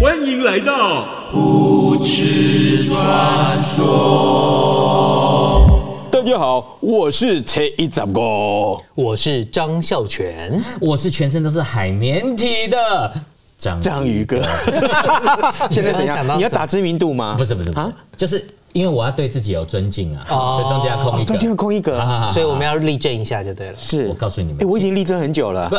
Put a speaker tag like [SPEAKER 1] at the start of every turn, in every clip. [SPEAKER 1] 欢迎来到
[SPEAKER 2] 大家好，我是车一杂哥。
[SPEAKER 3] 我是张孝全，
[SPEAKER 4] 我是全身都是海绵体的张，
[SPEAKER 2] 章鱼哥， 现在怎
[SPEAKER 3] 你要想到
[SPEAKER 2] 样？你要打知名度吗？
[SPEAKER 4] 不是不是不是，就是因为我要对自己有尊敬啊，
[SPEAKER 3] 哦
[SPEAKER 4] 所以中间要空一
[SPEAKER 2] 中间
[SPEAKER 4] 个。啊
[SPEAKER 2] 空一格，
[SPEAKER 4] 好好好
[SPEAKER 5] 啊
[SPEAKER 3] 所以我们要立正一下就对了。
[SPEAKER 2] 是
[SPEAKER 4] 我告诉你们
[SPEAKER 2] 哎我已经力争很久了。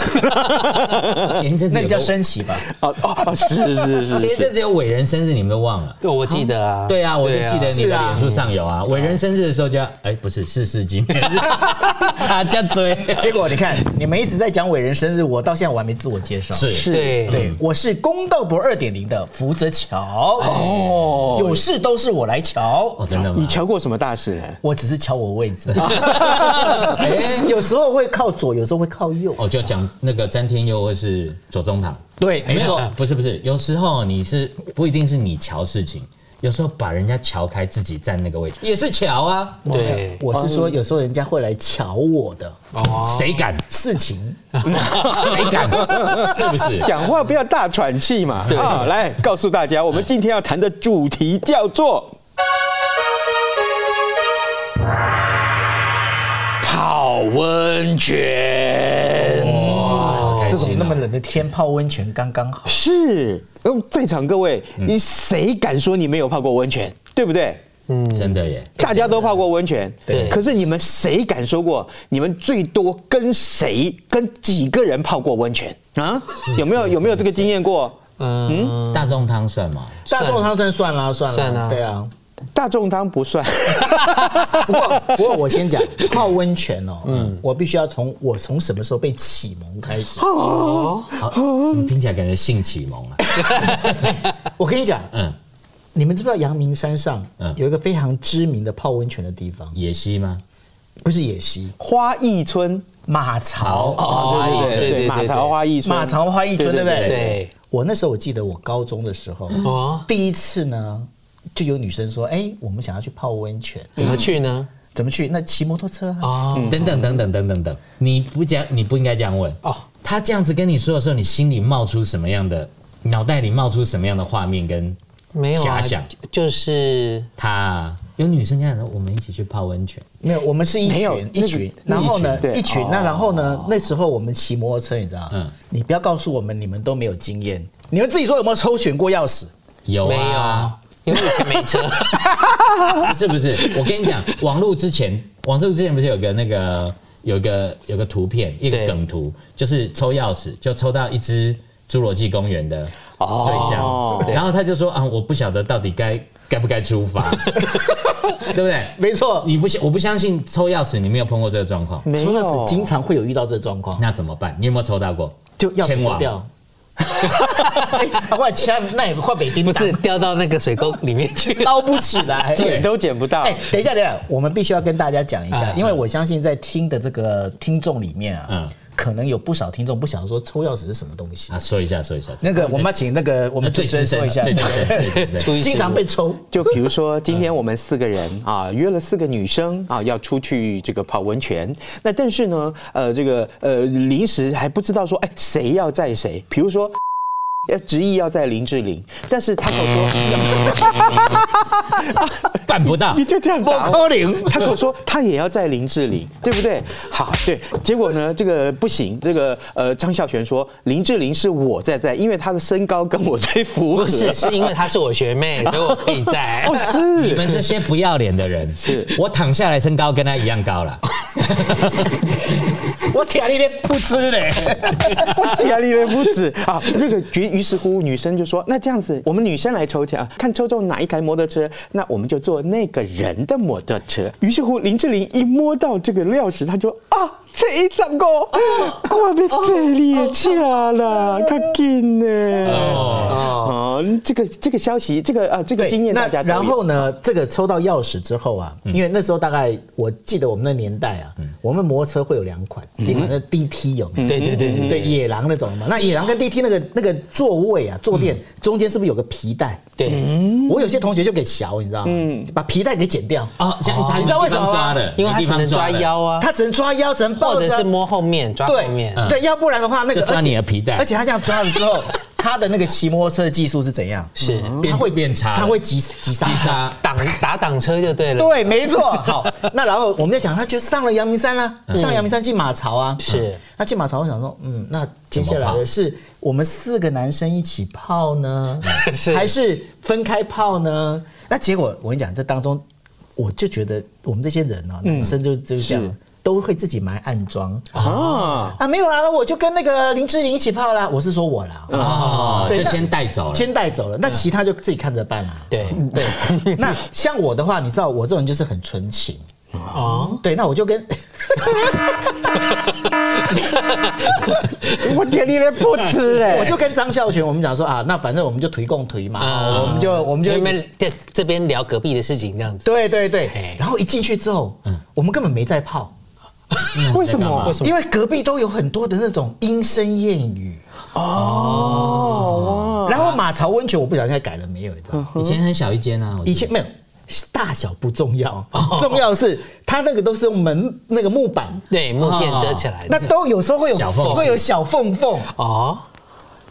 [SPEAKER 4] 前一阵子
[SPEAKER 5] 那
[SPEAKER 4] 有
[SPEAKER 5] 个叫
[SPEAKER 4] 个
[SPEAKER 5] 升旗吧？
[SPEAKER 2] 哦哦，是是是
[SPEAKER 4] 前一
[SPEAKER 2] 是，
[SPEAKER 4] 阵子有伟人生日，你们都忘了。
[SPEAKER 3] 对，我记得啊，
[SPEAKER 4] 对啊，我就记得你
[SPEAKER 5] 是
[SPEAKER 4] 的
[SPEAKER 5] 啊
[SPEAKER 4] 脸书上有啊，伟人生日的时候就要，哎，不是，是是纪 念日，差家嘴，
[SPEAKER 5] 结果你看，你们一直在讲伟人生日，我到现在我还没自我介绍。
[SPEAKER 4] 是
[SPEAKER 3] 对对，
[SPEAKER 5] 对，我是公道博二点零的福泽桥哦，有事都是我来瞧
[SPEAKER 4] 哦，，真的吗
[SPEAKER 2] 你？瞧过什么大事？
[SPEAKER 5] 我只是瞧我位置，哎有时候会靠左，有时候会靠右。
[SPEAKER 4] 哦，就讲那个詹天佑或是左宗棠，
[SPEAKER 5] 对，没错，
[SPEAKER 4] 有，不是不是，有时候你是不一定是你瞧事情，有时候把人家瞧开，自己站那个位置也是瞧啊，
[SPEAKER 3] 对
[SPEAKER 5] 我是说有时候人家会来瞧我的
[SPEAKER 4] 谁敢
[SPEAKER 5] 事情，
[SPEAKER 4] 谁敢， 是不是？
[SPEAKER 2] 讲话不要大喘气嘛！啊，来告诉大家，我们今天要谈的主题叫做泡温泉。
[SPEAKER 4] 好开
[SPEAKER 5] 这种
[SPEAKER 4] 心
[SPEAKER 5] 那么
[SPEAKER 4] 啊
[SPEAKER 5] 冷的天泡温泉刚刚好。
[SPEAKER 2] 是，哦，在场各位，你谁敢说你没有泡过温泉，对不对？
[SPEAKER 4] 真的耶，
[SPEAKER 2] 大家都泡过温泉，
[SPEAKER 3] 对
[SPEAKER 2] 可是你们谁敢说过，你们最多跟谁、跟几个人泡过温泉啊？有没有有没有这个经验过？
[SPEAKER 3] 嗯，
[SPEAKER 4] 大众汤算吗？
[SPEAKER 5] 大众汤算算啦，算啦，
[SPEAKER 3] 算啦
[SPEAKER 5] 对啊。
[SPEAKER 2] 大众汤不算，
[SPEAKER 5] 不过，不过我先讲泡温泉哦，嗯，我必须要从我从什么时候被启蒙开 始。
[SPEAKER 4] 好，怎么听起来感觉性启蒙啊？
[SPEAKER 5] 我跟你讲，
[SPEAKER 4] 嗯，
[SPEAKER 5] 你们知不知道阳明山上
[SPEAKER 4] 嗯
[SPEAKER 5] 有一个非常知名的泡温泉的地方？
[SPEAKER 4] 野溪吗？
[SPEAKER 5] 不是野溪，
[SPEAKER 2] 花艺村
[SPEAKER 5] 马槽。
[SPEAKER 3] 哦
[SPEAKER 2] 对对对，马槽花艺村，
[SPEAKER 5] 马槽花艺村，对
[SPEAKER 2] 对
[SPEAKER 5] 不
[SPEAKER 2] 对
[SPEAKER 5] 对？
[SPEAKER 3] 对
[SPEAKER 5] 我那时候我记得我高中的时候，
[SPEAKER 3] 哦，
[SPEAKER 5] 第一次呢，就有女生说：“哎、我们想要去泡温泉，
[SPEAKER 3] 怎么去呢？
[SPEAKER 5] 怎么去？那骑摩托车啊。
[SPEAKER 3] 哦
[SPEAKER 4] 等等等等等等等，你不讲，你不应该这样问
[SPEAKER 3] 哦
[SPEAKER 4] 哦。他这样子跟你说的时候，你心里冒出什么样的，脑袋里冒出什么样的画面？跟
[SPEAKER 3] 没有啊
[SPEAKER 4] 遐想，
[SPEAKER 3] 就 就是
[SPEAKER 4] 他啊有女生这样说，我们一起去泡温泉，
[SPEAKER 5] 没有，我们是一
[SPEAKER 2] 没有
[SPEAKER 5] 群
[SPEAKER 2] 那
[SPEAKER 5] 一
[SPEAKER 2] 个
[SPEAKER 5] 群，
[SPEAKER 2] 那
[SPEAKER 5] 然后呢
[SPEAKER 2] 一群对
[SPEAKER 5] 一群，那然后呢？那时候我们骑摩托车，你知道
[SPEAKER 4] 嗯
[SPEAKER 5] 吗？你不要告诉我们你们都没有经验，你们自己说有没有抽选过钥匙？
[SPEAKER 4] 有
[SPEAKER 3] 没
[SPEAKER 4] 啊
[SPEAKER 3] 有？，因为以前没车，
[SPEAKER 4] 是不是？我跟你 讲，网络之前，网络之前不是有个那个有个有个图片，一个
[SPEAKER 3] 对
[SPEAKER 4] 梗图，就是抽钥匙，就抽到一只侏罗纪公园的对象，
[SPEAKER 3] 对
[SPEAKER 4] 然后他就说啊，我不晓得到底该该不该出 发，对不对？
[SPEAKER 5] 没错，
[SPEAKER 4] 你不信？我不相信抽钥匙，你没有碰过这个状况，
[SPEAKER 2] 没
[SPEAKER 5] 抽钥
[SPEAKER 2] 有
[SPEAKER 5] 匙经常会有遇到这状况，
[SPEAKER 4] 那怎么办？你有没有抽到过？
[SPEAKER 5] 就钥匙
[SPEAKER 4] 前
[SPEAKER 5] 丢
[SPEAKER 4] 往
[SPEAKER 5] 掉。 哎后来其他那也换北京
[SPEAKER 3] 不
[SPEAKER 5] 打，
[SPEAKER 3] 是掉到那个水沟里面去
[SPEAKER 5] 捞不起 来。
[SPEAKER 2] 捡都捡不到
[SPEAKER 5] 哎。，等一下，等一下，我们必须要跟大家讲一下，
[SPEAKER 3] 哎
[SPEAKER 5] 因为我相信在听的这个听众里面啊
[SPEAKER 4] 嗯，
[SPEAKER 5] 可能有不少听众不晓得说抽钥匙是什么东西
[SPEAKER 4] 啊，。说一下，说一下。
[SPEAKER 5] 那个，我们要请那个我
[SPEAKER 4] 那
[SPEAKER 5] 们主
[SPEAKER 4] 最
[SPEAKER 5] 持
[SPEAKER 4] 资
[SPEAKER 5] 人
[SPEAKER 4] 深的，
[SPEAKER 5] 说
[SPEAKER 4] 最，
[SPEAKER 5] 一下
[SPEAKER 4] 资 深，最资深。
[SPEAKER 3] 出一
[SPEAKER 5] 经常被抽。
[SPEAKER 2] 就比如说，今天我们四个人啊，约了四个女生啊，要出去这个泡温泉。那但是呢，呃，这个呃，临时还不知道说，哎，谁要载谁？比如说，呃，执意要载林志玲，但是他跟我说，哎
[SPEAKER 4] 办不 到
[SPEAKER 2] 你，就这样打我。
[SPEAKER 5] 零，
[SPEAKER 2] 他跟我说，他也要载林志玲，对不对？好，对。结果呢，这个不行。这个呃，张孝全说，林志玲是我在载，因为她的身高跟我最符合。
[SPEAKER 3] 不是，是因为她是我学 妹，所以我可以在。
[SPEAKER 2] 哦，是
[SPEAKER 4] 你们这些 不要脸的人，是我躺下来身高跟他一样高了。
[SPEAKER 5] 我天，你连不吃嘞！
[SPEAKER 2] 压力也不止啊！这个于于是乎，女生就说：“那这样子，我们女生来抽奖，看抽中哪一台摩托车，那我们就坐那个人的摩托车。”于是乎，林志玲一摸到这个钥匙，她就啊，这一张个，我被这里掐了，他紧呢。哦，这个这个消息，这个啊，这个
[SPEAKER 5] 对，
[SPEAKER 2] 经验大
[SPEAKER 5] 那
[SPEAKER 2] 家都有
[SPEAKER 5] 然后呢，这个抽到钥匙之后啊，因为那时候大概我记得我们那年代啊，我们摩托车会有两款，一款是 DT 有没有？对对对对，野狼那种嘛。那野狼跟 DT 那个那个座位啊，坐垫中间是不是有个皮带？
[SPEAKER 3] 对，
[SPEAKER 5] 我有些同学就给削，你知道吗？把皮带给剪掉，
[SPEAKER 6] 哦，像他
[SPEAKER 5] 你知道为什么吗
[SPEAKER 6] 抓的，
[SPEAKER 3] 因为他
[SPEAKER 6] 有地
[SPEAKER 3] 只
[SPEAKER 6] 方
[SPEAKER 3] 能抓
[SPEAKER 6] 的，
[SPEAKER 3] 腰啊，
[SPEAKER 5] 他只能抓腰，只能
[SPEAKER 3] 或
[SPEAKER 5] 抱
[SPEAKER 3] 者
[SPEAKER 5] 着
[SPEAKER 3] 是。摸后面，抓后
[SPEAKER 5] 对
[SPEAKER 3] 面。
[SPEAKER 5] 对，要不然的话，那个
[SPEAKER 6] 就抓
[SPEAKER 5] 而且
[SPEAKER 6] 你的皮带
[SPEAKER 5] 而且他这样抓了之后，他的那个骑摩托车的技术是怎样？
[SPEAKER 3] 是
[SPEAKER 6] 变
[SPEAKER 5] 他会
[SPEAKER 6] 变差了，
[SPEAKER 5] 他会急急刹
[SPEAKER 6] 急刹，
[SPEAKER 3] 挡打挡车就对了。
[SPEAKER 5] 对，没错。好，那然后我们在讲，他就上了阳明山啦、上阳明山进马槽啊。
[SPEAKER 3] 是
[SPEAKER 5] 那进马槽，我想说，嗯，那接下来的是我们四个男生一起泡呢，
[SPEAKER 3] 是
[SPEAKER 5] 还是分开泡呢？那结果我跟你讲，这当中我就觉得我们这些人呢、哦男生就就是这样，都会自己埋暗桩
[SPEAKER 2] 啊，
[SPEAKER 5] 啊。没有啦，我就跟那个林志玲一起泡啦。我是说我啦，
[SPEAKER 6] 哦，
[SPEAKER 5] 对
[SPEAKER 6] 就
[SPEAKER 5] 那
[SPEAKER 6] 先带走了，
[SPEAKER 5] 先带走了，那
[SPEAKER 3] 嗯
[SPEAKER 5] 其他就自己看着办啦。
[SPEAKER 3] 对
[SPEAKER 5] 对，那像我的话，你知道我这种人就是很纯情。
[SPEAKER 3] 哦，
[SPEAKER 5] 对，那我就跟
[SPEAKER 2] 我天，你连不吃 嘞，
[SPEAKER 5] 我就跟张孝全我们讲说啊，那反正我们就推共推嘛，
[SPEAKER 3] 啊
[SPEAKER 5] 我们就我们
[SPEAKER 3] 就
[SPEAKER 5] 就
[SPEAKER 3] 那边这这边聊隔壁的事情这样子。
[SPEAKER 5] 对对对
[SPEAKER 3] 嘿，嗯
[SPEAKER 5] 然后一进去之后，我们根本没在泡，
[SPEAKER 2] 为什么？
[SPEAKER 3] 为什么？
[SPEAKER 5] 因为隔壁都有很多的那种莺声燕语
[SPEAKER 3] 啊
[SPEAKER 5] 哦。然后马槽温泉，我不晓得现在改了没有，你知道吗
[SPEAKER 6] 以前很小一间
[SPEAKER 3] 嗯
[SPEAKER 6] 啊，我记得
[SPEAKER 5] 以前没有。大小不重要，
[SPEAKER 3] 哦
[SPEAKER 5] 重要的是它那个都是用门那个木板，
[SPEAKER 3] 对木片遮起来
[SPEAKER 5] 那
[SPEAKER 3] 的。
[SPEAKER 5] 都有时候会有
[SPEAKER 6] 小缝
[SPEAKER 5] 会有小缝缝，
[SPEAKER 3] 哦，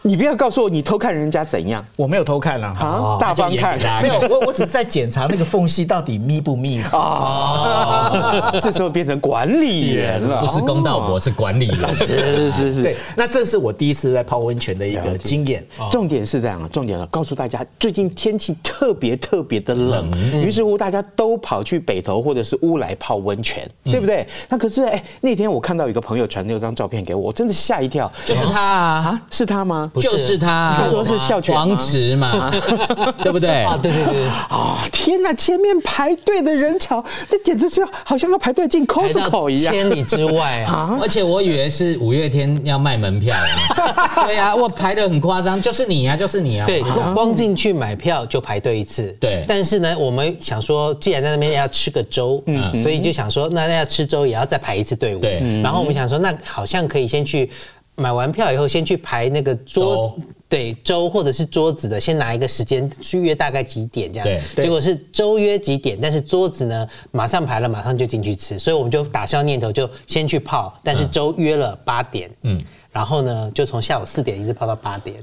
[SPEAKER 2] 你不要告诉我你偷看人家怎样
[SPEAKER 5] 我没有偷看啊，
[SPEAKER 4] 哦
[SPEAKER 2] 啊，大方看
[SPEAKER 6] 那就演给大家
[SPEAKER 5] 没有，我我只是在检查那个缝隙到底密不密
[SPEAKER 3] 哦
[SPEAKER 5] 合。
[SPEAKER 2] 啊， 这时候变成管理员了，
[SPEAKER 6] 不是公道
[SPEAKER 2] 哦
[SPEAKER 6] 伯，是管理员。
[SPEAKER 2] 是是是
[SPEAKER 5] 对，，那这是我第一次在泡温泉的一个经验。
[SPEAKER 6] 哦
[SPEAKER 2] 重点是这样啊，重点了，告诉大家，最近天气特别特别的冷，
[SPEAKER 6] 嗯
[SPEAKER 2] 于是乎大家都跑去北投或者是乌来泡温泉，
[SPEAKER 6] 嗯
[SPEAKER 2] 对不对？那可是哎，那天我看到一个朋友传那张照片给我，我真的吓一跳
[SPEAKER 6] 就是他啊，
[SPEAKER 2] 啊，是他吗？
[SPEAKER 3] 是
[SPEAKER 6] 就是他啊，
[SPEAKER 2] 他说是孝犬吗
[SPEAKER 6] 王池
[SPEAKER 4] 啊
[SPEAKER 6] 嘛， 对不
[SPEAKER 4] 哦
[SPEAKER 6] 对？
[SPEAKER 3] 啊，对对对，对
[SPEAKER 2] 啊、天哪！前面排队的人潮，那简直是好像要排队进
[SPEAKER 3] 排到
[SPEAKER 2] Costco 一样。
[SPEAKER 3] 千里之外啊，
[SPEAKER 2] 啊
[SPEAKER 6] 而且我以为是五月天要卖门票 啊，对啊，我排的很夸张，就是你啊，就是你啊，
[SPEAKER 3] 对，光光进去买票就排队一次。
[SPEAKER 6] 对
[SPEAKER 3] 但是呢，我们想说，既然在那边要吃个粥，嗯，所以就想说，那要吃粥也要再排一次队伍。
[SPEAKER 6] 对
[SPEAKER 3] 然后我们想说，那好像可以先去买完票以后，先去排那个桌
[SPEAKER 6] 粥。
[SPEAKER 3] 对粥或者是桌子的，先拿一个时间去约大概几点这样。
[SPEAKER 6] 对
[SPEAKER 3] 结果是周约几点，但是桌子呢马上排了，马上就进去吃，所以我们就打消念头，就先去泡。但是周约了八点，嗯，然后呢就从下午四点一直泡到八点，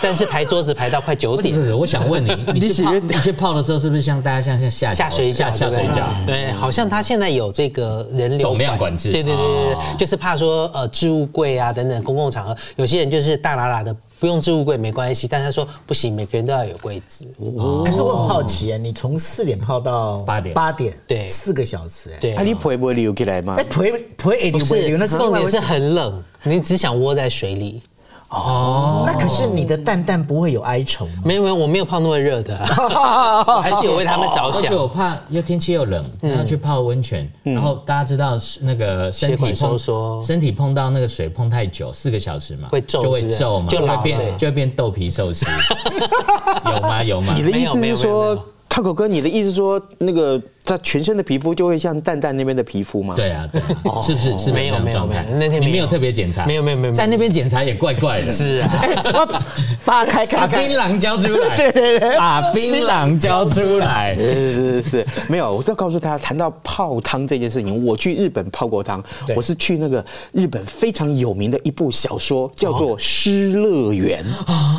[SPEAKER 3] 但是排桌子排到快九
[SPEAKER 6] 不是。
[SPEAKER 3] 点
[SPEAKER 6] 不。是，我想 问你，你
[SPEAKER 2] 你
[SPEAKER 6] 是泡
[SPEAKER 2] 喜
[SPEAKER 6] 你去泡的时候，是不是像大家像像下
[SPEAKER 3] 下水饺，
[SPEAKER 6] 下下
[SPEAKER 3] 对
[SPEAKER 6] 水
[SPEAKER 3] 不对
[SPEAKER 6] 饺？
[SPEAKER 3] 对，好像他现在有这个人流
[SPEAKER 6] 总量管制
[SPEAKER 3] 对对对对
[SPEAKER 6] 哦
[SPEAKER 3] 对，就是怕说呃置物柜啊等等公共场合，有些人就是大喇喇的不用置物柜没关系，但他说不行，每个人都要有柜子。哦
[SPEAKER 5] 可是我很好奇啊，你从四点泡到
[SPEAKER 6] 八点
[SPEAKER 5] 八点，
[SPEAKER 3] 对
[SPEAKER 5] 四个小时，哎，
[SPEAKER 3] 对，
[SPEAKER 2] 啊，你陪不会留起来吗
[SPEAKER 5] 哎，？陪陪
[SPEAKER 3] 不
[SPEAKER 5] A
[SPEAKER 3] 是
[SPEAKER 5] 流，那是
[SPEAKER 3] 重
[SPEAKER 5] 另外一
[SPEAKER 3] 点
[SPEAKER 5] 回
[SPEAKER 3] 是
[SPEAKER 5] 事，
[SPEAKER 3] 很冷，你只想窝在水里。
[SPEAKER 5] 那可是你的蛋蛋不会有哀愁吗？
[SPEAKER 3] 没有没有，我没有泡那么热 的、我还是有为他们着
[SPEAKER 6] 而且
[SPEAKER 3] 想。
[SPEAKER 6] 我怕又天气又冷，
[SPEAKER 3] 嗯
[SPEAKER 6] 然后去泡温泉，然后大家知道是那个身
[SPEAKER 3] 血
[SPEAKER 6] 体
[SPEAKER 3] 管
[SPEAKER 6] 碰
[SPEAKER 3] 收缩
[SPEAKER 6] 身体碰到那个水碰太久，四个小时嘛，
[SPEAKER 3] 会皱
[SPEAKER 6] 就会
[SPEAKER 3] 是不是
[SPEAKER 6] 皱嘛，
[SPEAKER 3] 就
[SPEAKER 6] 就
[SPEAKER 3] 老
[SPEAKER 6] 会
[SPEAKER 3] 了
[SPEAKER 6] 变就会变豆皮寿司， 有吗？有吗
[SPEAKER 2] 你？的意思
[SPEAKER 3] 没有没有没
[SPEAKER 2] 是
[SPEAKER 3] 有没
[SPEAKER 2] 说
[SPEAKER 3] 有，
[SPEAKER 2] 套口哥，你的意思是说，那个他全身的皮肤就会像蛋蛋那边的皮肤吗？
[SPEAKER 6] 对啊，对啊，是不是
[SPEAKER 5] 哦
[SPEAKER 6] 是
[SPEAKER 3] 没有
[SPEAKER 6] 那种
[SPEAKER 3] 没有
[SPEAKER 6] 状态
[SPEAKER 3] 没有那天
[SPEAKER 6] 你
[SPEAKER 3] 没
[SPEAKER 6] 没有
[SPEAKER 3] 有
[SPEAKER 6] 特别检查，
[SPEAKER 3] 没有没有没有没有
[SPEAKER 6] 在那边检查也怪怪的，
[SPEAKER 3] 是啊，
[SPEAKER 5] 我扒开
[SPEAKER 6] 把
[SPEAKER 5] 看看
[SPEAKER 6] 槟，榔交出来，对对对，把槟榔交出来，
[SPEAKER 2] 是是是是，没有，我就告诉他，谈到泡汤这件事情，我去日本泡过汤，
[SPEAKER 5] 对
[SPEAKER 2] 我是去那个日本非常有名的一部小说，叫做《失乐园》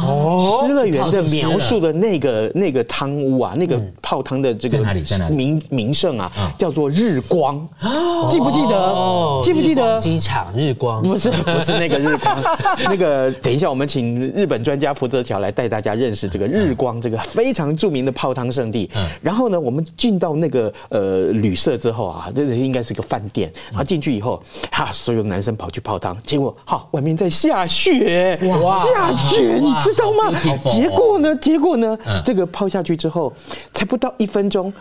[SPEAKER 2] 哦，《失乐园》的描述的那个那个汤屋啊，那个泡汤的这个
[SPEAKER 6] 嗯在哪里在哪里
[SPEAKER 2] 名名胜啊，叫做日光，记不记得？记不记
[SPEAKER 3] 日
[SPEAKER 2] 得
[SPEAKER 3] 哦光？机场日光？
[SPEAKER 2] 不是不是那个日光，那个等一下，我们请日本专家福泽桥来带大家认识这个日光这个非常著名的泡汤圣地。
[SPEAKER 3] 嗯
[SPEAKER 2] 然后呢，我们进到那个呃旅社之后啊，这个应该是个饭店。
[SPEAKER 3] 嗯
[SPEAKER 2] 然后进去以后，哈，所有男生跑去泡汤，结果哈，外面在下雪，下雪，你知道吗
[SPEAKER 6] 哇好？beautiful 哦
[SPEAKER 2] 结果呢，结果呢
[SPEAKER 6] 嗯，
[SPEAKER 2] 这个泡下去之后，才不到一分钟，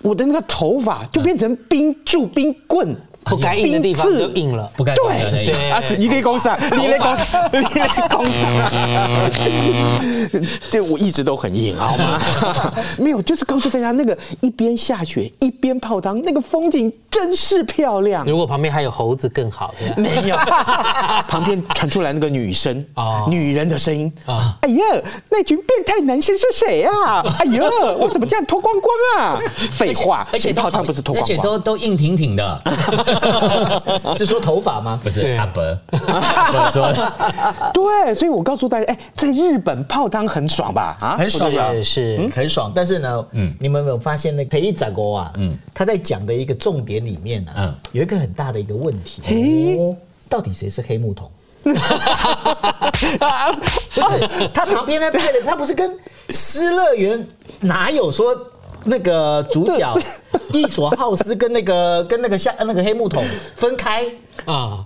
[SPEAKER 2] 我的那个头发就变成冰柱、冰棍。
[SPEAKER 3] 啊不该硬的地方
[SPEAKER 2] 冰刺
[SPEAKER 3] 就硬了。
[SPEAKER 6] 不该
[SPEAKER 2] 对
[SPEAKER 6] 讲的
[SPEAKER 3] 对
[SPEAKER 2] 啊，是你咧讲啥？你咧讲， 你咧讲 啥？这我一直都很硬，好 吗？没有，就是告诉大家，那个一边下雪一边泡汤，那个风景真是漂亮。
[SPEAKER 3] 如果旁边还有猴子更好，对吧？
[SPEAKER 2] 没有， 旁边传出来那个女声
[SPEAKER 3] 哦
[SPEAKER 2] 女人的声音
[SPEAKER 3] 啊
[SPEAKER 2] 啊！哎呀，那群变态男生是谁 啊？哎呀，我怎么这样脱光光啊？废话，谁泡汤不是脱
[SPEAKER 6] 而
[SPEAKER 2] 光
[SPEAKER 6] 且
[SPEAKER 2] 光？
[SPEAKER 6] 都都硬挺挺的，
[SPEAKER 5] 是说头发吗？
[SPEAKER 6] 不是
[SPEAKER 3] 对
[SPEAKER 6] 阿伯，阿伯说的
[SPEAKER 2] 对，所以我告诉大家，哎，在日本泡汤很爽吧？啊，
[SPEAKER 5] 很爽啊
[SPEAKER 3] 是是，
[SPEAKER 5] 很爽，但是呢，
[SPEAKER 6] 嗯
[SPEAKER 5] 嗯，你们有没有发现那个裴展国啊，
[SPEAKER 6] 嗯
[SPEAKER 5] 嗯，他在讲的一个重点里面呢、啊，
[SPEAKER 6] 嗯
[SPEAKER 5] 有一个很大的一个问题，哦、到底谁是黑木 桶？不是，他旁边他带的，他不是跟失乐园哪有说那个主角伊索浩斯跟那个跟那个夏那个黑木桶分开？
[SPEAKER 3] 啊，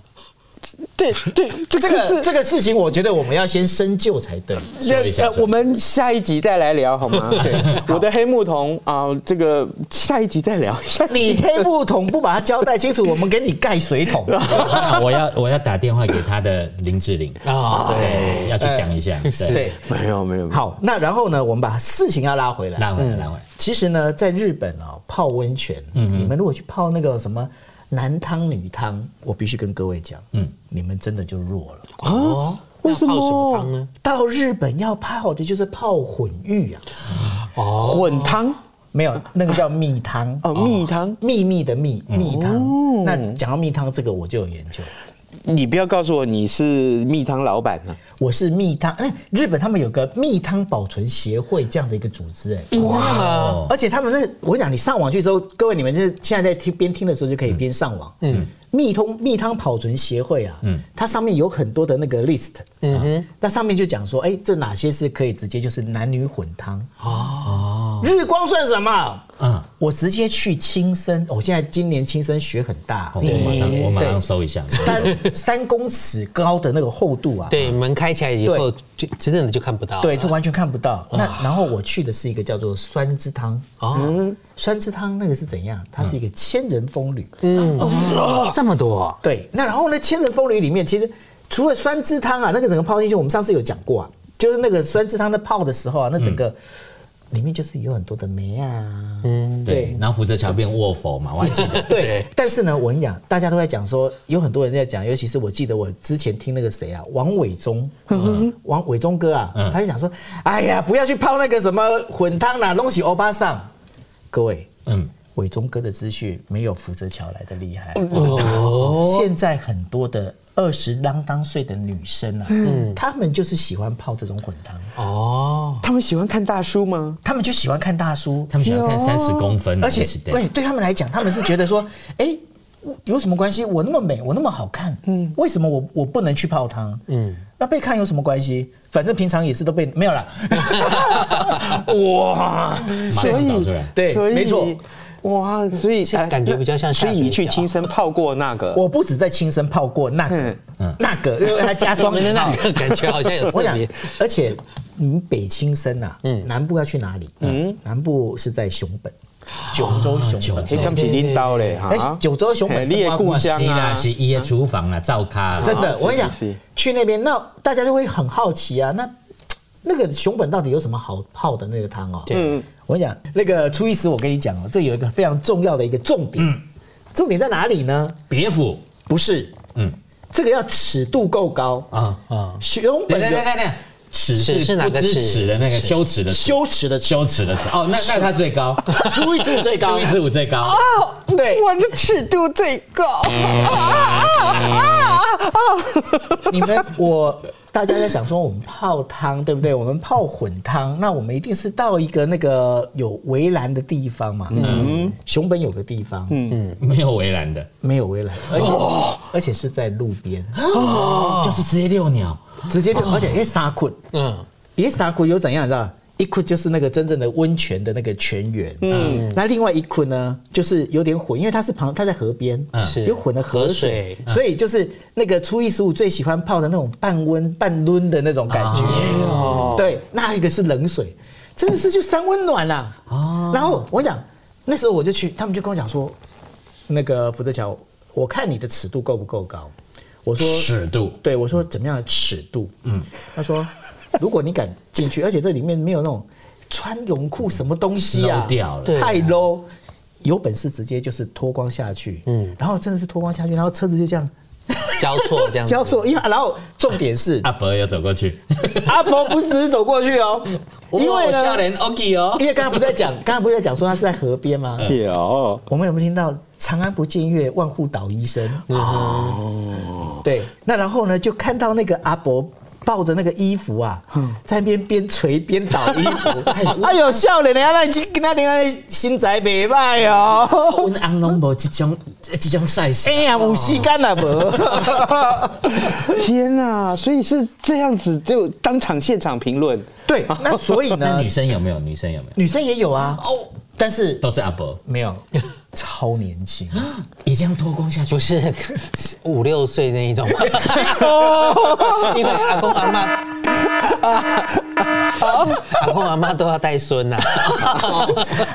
[SPEAKER 2] 对对，这
[SPEAKER 5] 这
[SPEAKER 2] 个是
[SPEAKER 5] 个这个事情，我觉得我们要先深究才对。
[SPEAKER 6] 说一下
[SPEAKER 2] 呃我们下一集再来聊好吗？对， 我的黑木瞳啊、这个下一集再聊。下一集
[SPEAKER 5] 你黑木桶不把它交代清楚，我们给你盖水桶。
[SPEAKER 6] 那啊我要我要打电话给他的林志玲
[SPEAKER 3] 啊
[SPEAKER 6] 对，要去讲一下，对，
[SPEAKER 5] 对，
[SPEAKER 2] 没有没有，没有
[SPEAKER 5] 好，那然后呢，我们把事情要拉回来。
[SPEAKER 6] 拉回来拉回来，
[SPEAKER 5] 其实呢，在日本哦，泡温泉，
[SPEAKER 2] 嗯
[SPEAKER 5] 你们如果去泡那个什么男汤女汤，我必须跟各位讲，嗯，你们真的就弱了。
[SPEAKER 3] 哦，
[SPEAKER 2] 为什么
[SPEAKER 3] 那泡什么汤呢？
[SPEAKER 5] 到日本要泡的就是泡混浴啊，
[SPEAKER 3] 哦，
[SPEAKER 2] 混汤
[SPEAKER 5] 没有那个叫蜜汤，
[SPEAKER 2] 哦，蜜哦汤，
[SPEAKER 5] 秘密的秘蜜汤。那讲到蜜汤这个，我就有研究。
[SPEAKER 2] 你不要告诉我你是蜜汤老板啊呢、
[SPEAKER 5] 我是蜜汤，哎，日本他们有个蜜汤保存协会这样的一个组织，哎，
[SPEAKER 6] 哦，
[SPEAKER 5] 而且他们那我跟你讲，你上网去搜，各位你们这现在在听边听的时候就可以边上网。嗯，蜜通蜜汤保存协会啊，嗯，它上面有很多的那个 list，嗯哼，那上面就讲说，哎、这哪些是可以直接就是男女混汤哦，日光算什么？
[SPEAKER 6] 嗯，
[SPEAKER 5] 我直接去亲生，哦我、现在今年亲生雪很大，
[SPEAKER 6] 好哦我马上我马上搜一下，
[SPEAKER 5] 三三公尺高的那个厚度啊，
[SPEAKER 3] 对，门开起来以后，就真正的就看不到了。
[SPEAKER 5] 对，这完全看不到。那然后我去的是一个叫做酸枝汤，嗯
[SPEAKER 3] 哦，
[SPEAKER 5] 酸枝汤那个是怎样？它是一个千人风旅。
[SPEAKER 3] 哦这么多，
[SPEAKER 5] 对，那然后呢，千人风旅里面其实除了酸枝汤啊，那个整个泡进去，我们上次有讲过啊，就是那个酸枝汤在泡的时候啊，那整个里面就是有很多的酶啊，嗯，
[SPEAKER 6] 对
[SPEAKER 5] 对，。
[SPEAKER 6] 然后福泽桥变卧佛嘛，我还 记得，
[SPEAKER 5] 对，但是呢，我跟你讲，大家都在讲说，有很多人在讲，尤其是我记得我之前听那个谁啊，王伟忠，王伟忠哥啊，他就讲说，哎呀，不要去泡那个什么混汤啦，东西欧巴桑。各位，
[SPEAKER 6] 嗯，
[SPEAKER 5] 伟忠哥的资讯没有福泽桥来的厉害，
[SPEAKER 3] 哦，
[SPEAKER 5] 现在很多的二十啷当岁的女生啊，她们就是喜欢泡这种滚汤，
[SPEAKER 3] 哦，
[SPEAKER 2] 他们喜欢看大叔吗？
[SPEAKER 5] 她们就喜欢看大叔，
[SPEAKER 6] 他们想要看三十公分的，
[SPEAKER 5] 而且啊
[SPEAKER 6] 是的
[SPEAKER 5] 对对他们来讲，他们是觉得说，哎。有什么关系？我那么美，我那么好看，嗯，为什么我我不能去泡汤？嗯，那被看有什么关系？反正平常也是都被没有啦。
[SPEAKER 2] 哇，
[SPEAKER 6] 马上找出来，
[SPEAKER 5] 对
[SPEAKER 2] 所以
[SPEAKER 5] 没错，
[SPEAKER 2] 哇，所以
[SPEAKER 3] 是感觉
[SPEAKER 2] 哎那
[SPEAKER 3] 比较像下
[SPEAKER 2] 所以你
[SPEAKER 3] 雪
[SPEAKER 2] 去
[SPEAKER 3] 饺
[SPEAKER 2] 亲身泡过那个，
[SPEAKER 5] 我不止在亲身泡过那个
[SPEAKER 2] 嗯、
[SPEAKER 5] 那个，因为它 加
[SPEAKER 3] 我
[SPEAKER 5] 双
[SPEAKER 3] 们的
[SPEAKER 5] 引号
[SPEAKER 3] 那个感觉好像有
[SPEAKER 5] 我
[SPEAKER 3] 特
[SPEAKER 5] 想
[SPEAKER 3] 别，
[SPEAKER 5] 而且你北青生啊，南部要去哪里？嗯，南部是在熊本，九州熊
[SPEAKER 2] 你
[SPEAKER 5] 本。
[SPEAKER 2] 敢哎起拎刀嘞
[SPEAKER 5] 哎
[SPEAKER 2] 哈，？
[SPEAKER 5] 九州熊本
[SPEAKER 2] 哎你的故乡
[SPEAKER 6] 是啦，
[SPEAKER 2] 啊，
[SPEAKER 6] 是伊的厨房啊，灶咖，
[SPEAKER 5] 真的，
[SPEAKER 2] 是
[SPEAKER 5] 我跟你讲
[SPEAKER 2] 是是，
[SPEAKER 5] 去那边，那大家就会很好奇啊，那那个熊本到底有什么好泡的那个汤哦？
[SPEAKER 3] 对，
[SPEAKER 5] 我跟你讲，那个初一十我跟你讲哦，这有一个非常重要的一个重点，重点在哪里呢？
[SPEAKER 6] 别府
[SPEAKER 5] 不是，
[SPEAKER 6] 嗯
[SPEAKER 5] 嗯，这个要尺度够高，
[SPEAKER 6] 啊，
[SPEAKER 3] 啊，
[SPEAKER 5] 熊本
[SPEAKER 6] 对对
[SPEAKER 5] 有
[SPEAKER 6] 对对对，耻
[SPEAKER 3] 耻
[SPEAKER 6] 是
[SPEAKER 3] 是哪
[SPEAKER 6] 不
[SPEAKER 3] 个
[SPEAKER 6] 知
[SPEAKER 3] 耻
[SPEAKER 6] 耻的那个羞耻的耻
[SPEAKER 5] 羞耻的耻
[SPEAKER 6] 羞耻的耻。哦，那那他最高，
[SPEAKER 5] 初一十五最高 啊
[SPEAKER 6] 初一，十五最高。
[SPEAKER 5] 对，
[SPEAKER 2] 我的尺度最高。
[SPEAKER 5] 你们我大家在想说我们泡汤对不对？我们泡混汤，那我们一定是到一个那个有围栏的地方嘛。嗯，熊本有个地方，嗯，
[SPEAKER 6] 没有围栏的，
[SPEAKER 5] 没有围栏，而且、而且是在路边，哦
[SPEAKER 6] 就是直接遛鸟。
[SPEAKER 5] 直接就，而且一沙捆，
[SPEAKER 3] 哦嗯，
[SPEAKER 5] 一沙捆有怎样你知道？一捆就是那个真正的温泉的那个泉源，嗯，那另外一捆呢，就是有点混，因为它是旁，它在河边，
[SPEAKER 3] 嗯是
[SPEAKER 5] 就混了
[SPEAKER 3] 河
[SPEAKER 5] 河水
[SPEAKER 3] 水，嗯
[SPEAKER 5] 所以就是那个初一十五最喜欢泡的那种半温半抡的那种感觉，
[SPEAKER 3] 哦
[SPEAKER 5] 对，那一个是冷水，真的是就三温暖啦、
[SPEAKER 3] 哦
[SPEAKER 5] 啊。然后我跟你讲，那时候我就去，他们就跟我讲说，那个福德桥，我看你的尺度够不够高。我说
[SPEAKER 6] 尺度
[SPEAKER 5] 对我说怎么样的尺度？嗯，他说如果你敢进去，而且这里面没有那种穿泳裤什么东西啊
[SPEAKER 6] Low 掉了
[SPEAKER 3] 对
[SPEAKER 5] 太 low，有本事直接就是脱光下去，嗯，然后真的是脱光下去，然后车子就这样
[SPEAKER 3] 交错这样子，
[SPEAKER 5] 交错，因为啊然后重点 是
[SPEAKER 6] 阿伯有走过去，
[SPEAKER 5] 阿伯不是只是走过去哦，因为呢，
[SPEAKER 6] 笑脸 OK 哦
[SPEAKER 5] 因，为刚刚不是在讲，刚刚不是在讲说他是在河边吗？
[SPEAKER 2] 有，
[SPEAKER 5] 我们有没有听到“长安不见月，万户岛医生”？哦，对，那然后呢，就看到那个阿伯抱着那个衣服啊，在那边边捶边倒衣服。哎呦，笑脸人家那今那天新宅袂歹哦。
[SPEAKER 6] 我们安龙无这种这种 size，
[SPEAKER 5] 哎呀，
[SPEAKER 2] 哦
[SPEAKER 5] 有时间了无？
[SPEAKER 2] 天哪、所以是这样子，就当场现场评论。
[SPEAKER 5] 对，那所以
[SPEAKER 6] 那
[SPEAKER 5] 呢
[SPEAKER 6] 女，生有没有？女生有没有？
[SPEAKER 5] 女生也有啊。哦，但是
[SPEAKER 6] 都是阿伯，
[SPEAKER 5] 没有，超年轻。
[SPEAKER 6] 也这样脱光下去
[SPEAKER 3] 不。是是五六岁那一种，
[SPEAKER 5] 哦
[SPEAKER 3] 因为阿公 阿妈。阿公阿妈都要带孙呐，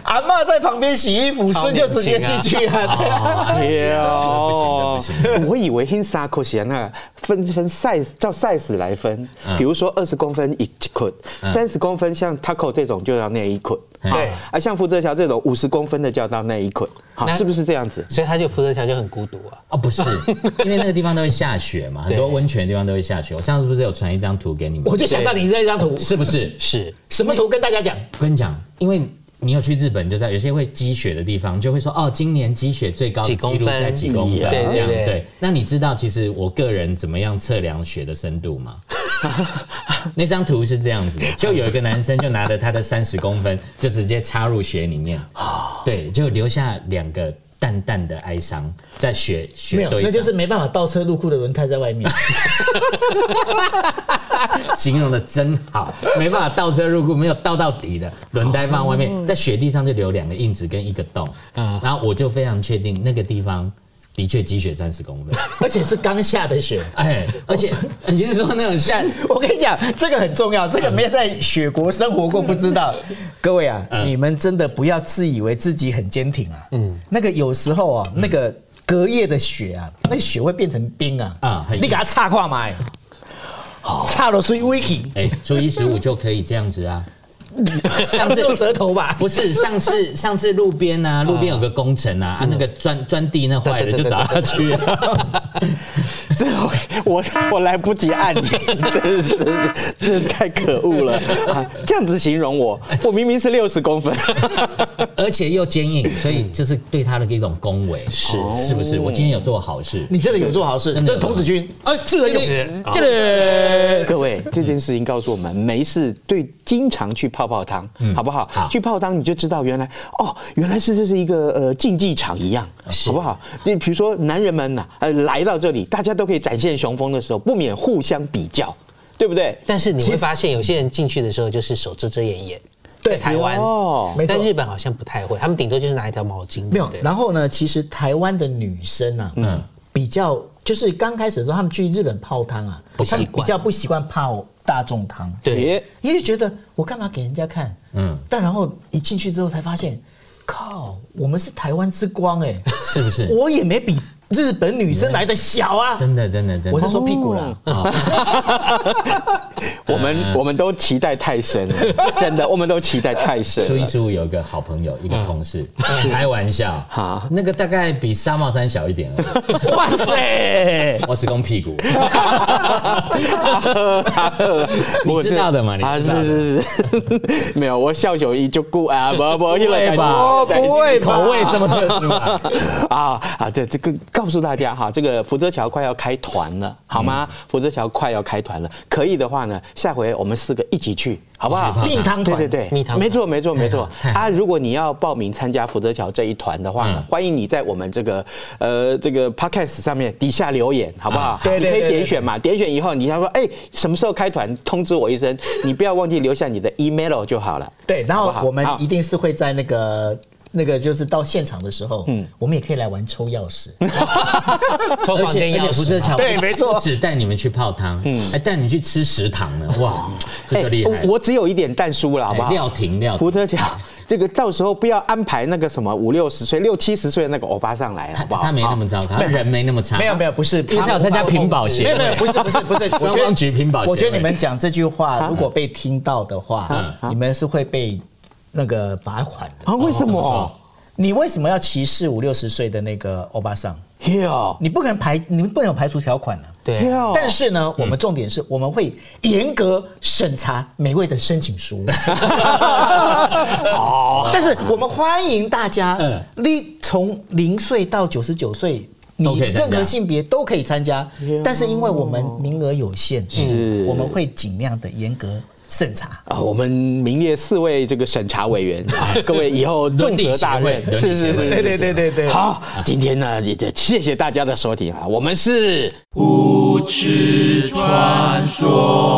[SPEAKER 5] 阿嬷在旁边洗衣服，
[SPEAKER 3] 超
[SPEAKER 5] 孙就直接进去啊。 对啊
[SPEAKER 6] 哎
[SPEAKER 2] 有
[SPEAKER 6] 哦不行的不
[SPEAKER 2] 哎我以为 Hinsa k o s i 那分分 size 照 size 来分，比如说二十公分一捆，三十公分像 Taco 这种就要那一捆，
[SPEAKER 6] 嗯
[SPEAKER 5] 对
[SPEAKER 2] 啊，像福泽桥这种五十公分的就要到那一捆，好，
[SPEAKER 3] 那
[SPEAKER 2] 是不是这样子？
[SPEAKER 3] 所以他就福泽桥就很孤独啊。
[SPEAKER 6] 哦，不是，因为那个地方都会下雪嘛，很多温泉的地方都会下雪。我上次不是有传一张图给你们
[SPEAKER 5] 我？就想到你这一张图，
[SPEAKER 6] 是不是？
[SPEAKER 3] 是，
[SPEAKER 5] 什么图跟大家讲？
[SPEAKER 6] 我跟你讲，因为你有去日本，就在有些会积雪的地方，就会说哦，今年积雪最高的
[SPEAKER 3] 几
[SPEAKER 6] 记
[SPEAKER 3] 公
[SPEAKER 6] 录在
[SPEAKER 3] 分
[SPEAKER 6] 几公分，
[SPEAKER 3] 对
[SPEAKER 6] 这样
[SPEAKER 3] 对对
[SPEAKER 6] 对。那你知道其实我个人怎么样测量雪的深度吗？ 那张图是这样子的，就有一个男生就拿着他的三十公分，就直接插入雪里面，对，就留下两个淡淡的哀伤在雪
[SPEAKER 5] 没
[SPEAKER 6] 雪
[SPEAKER 5] 有，
[SPEAKER 6] 堆
[SPEAKER 5] 那
[SPEAKER 6] 上，
[SPEAKER 5] 就是没办法倒车入库的轮胎在外面。
[SPEAKER 6] 形容的真 好，没办法倒车入库，没有倒到底的，轮胎放外
[SPEAKER 5] 哦
[SPEAKER 6] 面，在雪地上就留两个印子跟一个洞，
[SPEAKER 5] 嗯
[SPEAKER 6] 然后我就非常确定那个地方的确积雪三十公 分，
[SPEAKER 5] 而且是刚下的雪。
[SPEAKER 6] 哎，而且你就是说那种像
[SPEAKER 5] 我跟你讲，这个很重要，这个没有在雪国生活过不知道。各位啊，你们真的不要自以为自己很坚挺啊。嗯，那个有时候啊，那个隔夜的雪啊，那个雪会变成冰啊。
[SPEAKER 6] 啊
[SPEAKER 5] 啊，
[SPEAKER 6] 很
[SPEAKER 5] 你给它插跨嘛。插了所以 Vicky，
[SPEAKER 6] 哎初一十五就可以这样子啊，上次
[SPEAKER 5] 用舌头吧。
[SPEAKER 6] 不是上次上次路边
[SPEAKER 5] 嗯
[SPEAKER 6] 啊，路边有个工程啊，啊那个钻钻地那坏了就找他去 啊，
[SPEAKER 2] 这我我来不及按你，真是这太可恶了啊！这样子形容我，我明明是六十公分，
[SPEAKER 6] 而且又坚硬，所
[SPEAKER 5] 嗯
[SPEAKER 6] 以这是对他的一种恭维，是是不是？我今天有做好事，
[SPEAKER 5] 你真的有做好事，
[SPEAKER 6] 真的
[SPEAKER 5] 这
[SPEAKER 6] 有
[SPEAKER 5] 是童子军，哎，智人勇，这哦个
[SPEAKER 2] 各位，这件事情告诉我们，没事，对，经常去泡泡汤，好嗯不好？
[SPEAKER 6] 好
[SPEAKER 2] 去泡汤你就知道原来哦，原来是这是一个呃竞技场一样，好不好？你比如说男人们呐、呃，来到这里，大家都可以展现雄风的时候，不免互相比较，对不对？
[SPEAKER 3] 但是你会发现有些人进去的时候就是手遮遮掩掩，
[SPEAKER 5] 对
[SPEAKER 3] 在台湾
[SPEAKER 2] 哦
[SPEAKER 5] 没，错
[SPEAKER 3] 但日本好像不太会，他们顶多就是拿一条毛巾。
[SPEAKER 5] 没有
[SPEAKER 3] 对。
[SPEAKER 5] 然后呢，其实台湾的女生啊，嗯，比较就是刚开始的时候，她们去日本泡汤啊，
[SPEAKER 3] 不习惯
[SPEAKER 5] 她们比较不习惯泡大众汤，
[SPEAKER 3] 对，
[SPEAKER 2] 别
[SPEAKER 5] 因为觉得我干嘛给人家看，嗯，但然后 一进去之后才发现，靠，我们是台湾之光哎、
[SPEAKER 6] 是不是？
[SPEAKER 5] 我也没比日本女生来的小啊，
[SPEAKER 6] 真的真的真的，哦
[SPEAKER 5] 我是说屁股啦。
[SPEAKER 3] 哦
[SPEAKER 2] 我们我们都期待太深了，真的，我们都期待太深
[SPEAKER 6] 初一
[SPEAKER 2] 了。
[SPEAKER 6] 初五有一个好朋友，一个同事，开玩笑
[SPEAKER 2] 好，
[SPEAKER 6] 那个大概比沙帽山小一点而已，
[SPEAKER 2] 哇塞！
[SPEAKER 6] 我只攻屁股，
[SPEAKER 2] 不过
[SPEAKER 6] 你知
[SPEAKER 2] 这
[SPEAKER 6] 道的嘛你
[SPEAKER 2] 啊，
[SPEAKER 6] 知
[SPEAKER 2] 是
[SPEAKER 6] 道的
[SPEAKER 2] 是是， 没有，我笑九一就顾啊，不不，一来
[SPEAKER 6] 对吧？
[SPEAKER 2] 不
[SPEAKER 6] 哦会，口味这么特殊啊？
[SPEAKER 2] 啊啊！对，这个告诉大家哈，这个福州桥快要开团了，好吗？福州桥快要开团了，可以的话呢，下回我们四个一起去，好不好？
[SPEAKER 5] 蜜糖
[SPEAKER 2] 对对
[SPEAKER 5] 团
[SPEAKER 2] 对，
[SPEAKER 3] 蜜糖团
[SPEAKER 2] 没错没错没 错
[SPEAKER 6] 太好
[SPEAKER 2] 啊！如果你要报名参加福泽桥这一团的话呢，欢迎你在我们这个呃这个 podcast 上面底下留言，好不好？
[SPEAKER 5] 对对
[SPEAKER 2] 你
[SPEAKER 5] 对
[SPEAKER 2] 可
[SPEAKER 5] 对
[SPEAKER 2] 以点选嘛，点选以后你要说哎什么时候开团，通知我一声，你不要忘记留下你的 email 就好了。
[SPEAKER 5] 对，然
[SPEAKER 2] 好不
[SPEAKER 5] 后
[SPEAKER 2] 好
[SPEAKER 5] 我们
[SPEAKER 2] 好
[SPEAKER 5] 一定是会在那个那个就是到现场的时候，嗯，我们也可以来玩抽匙。
[SPEAKER 3] 抽
[SPEAKER 6] 而
[SPEAKER 3] 房
[SPEAKER 6] 且
[SPEAKER 3] 间
[SPEAKER 6] 而且
[SPEAKER 3] 钥
[SPEAKER 6] 福泽
[SPEAKER 3] 匙吗。
[SPEAKER 6] 桥
[SPEAKER 5] 对没错
[SPEAKER 6] 不只带你们去泡汤，还带你们去吃食堂呢，哇，这就厉害
[SPEAKER 2] 哎。我我只有一点淡书了，好不好？
[SPEAKER 6] 哎料亭料亭
[SPEAKER 2] 福泽桥，这个到时候不要安排那个什么五六十岁、六七十岁的那个欧巴上来，
[SPEAKER 6] 他
[SPEAKER 2] 好不好？
[SPEAKER 6] 他没那么糟糕，他人没那么 差，
[SPEAKER 5] 没有没有，不是，
[SPEAKER 6] 因为他有参加屏保协
[SPEAKER 5] 没有
[SPEAKER 6] 会，
[SPEAKER 5] 没有，不是不是 不是，我
[SPEAKER 6] 观光局屏保协会
[SPEAKER 5] 我觉得你们讲这句
[SPEAKER 6] 啊
[SPEAKER 5] 话，如果被听到的话，你们是会被那个罚款的。
[SPEAKER 2] 啊？为
[SPEAKER 6] 哦
[SPEAKER 2] 什么？
[SPEAKER 5] 你为什么要歧视五六十岁的那个欧巴桑？
[SPEAKER 2] 哟
[SPEAKER 5] 你不可能排，你们不能有排除条款啊。
[SPEAKER 3] 对啊，
[SPEAKER 2] 哟，
[SPEAKER 5] 但是呢，
[SPEAKER 6] 嗯
[SPEAKER 5] 我们重点是我们会严格审查每位的申请 书。哦，但是我们欢迎大家
[SPEAKER 6] 嗯，
[SPEAKER 5] 你从零岁到九十九岁。
[SPEAKER 6] 都
[SPEAKER 5] 你
[SPEAKER 6] 可以参加
[SPEAKER 5] 任何性别都可以参加，但是因为我们名额有限，嗯我们会尽量的严格审查。
[SPEAKER 2] 啊，我们名列四位这个审查委 员啊，各位以后重责大任，
[SPEAKER 6] 伦理协会
[SPEAKER 2] 是是
[SPEAKER 6] 伦理
[SPEAKER 2] 是，
[SPEAKER 6] 协会对对
[SPEAKER 5] 对对对
[SPEAKER 2] 好，今天呢也也谢谢大家的收听啊，我们是。
[SPEAKER 1] 传说。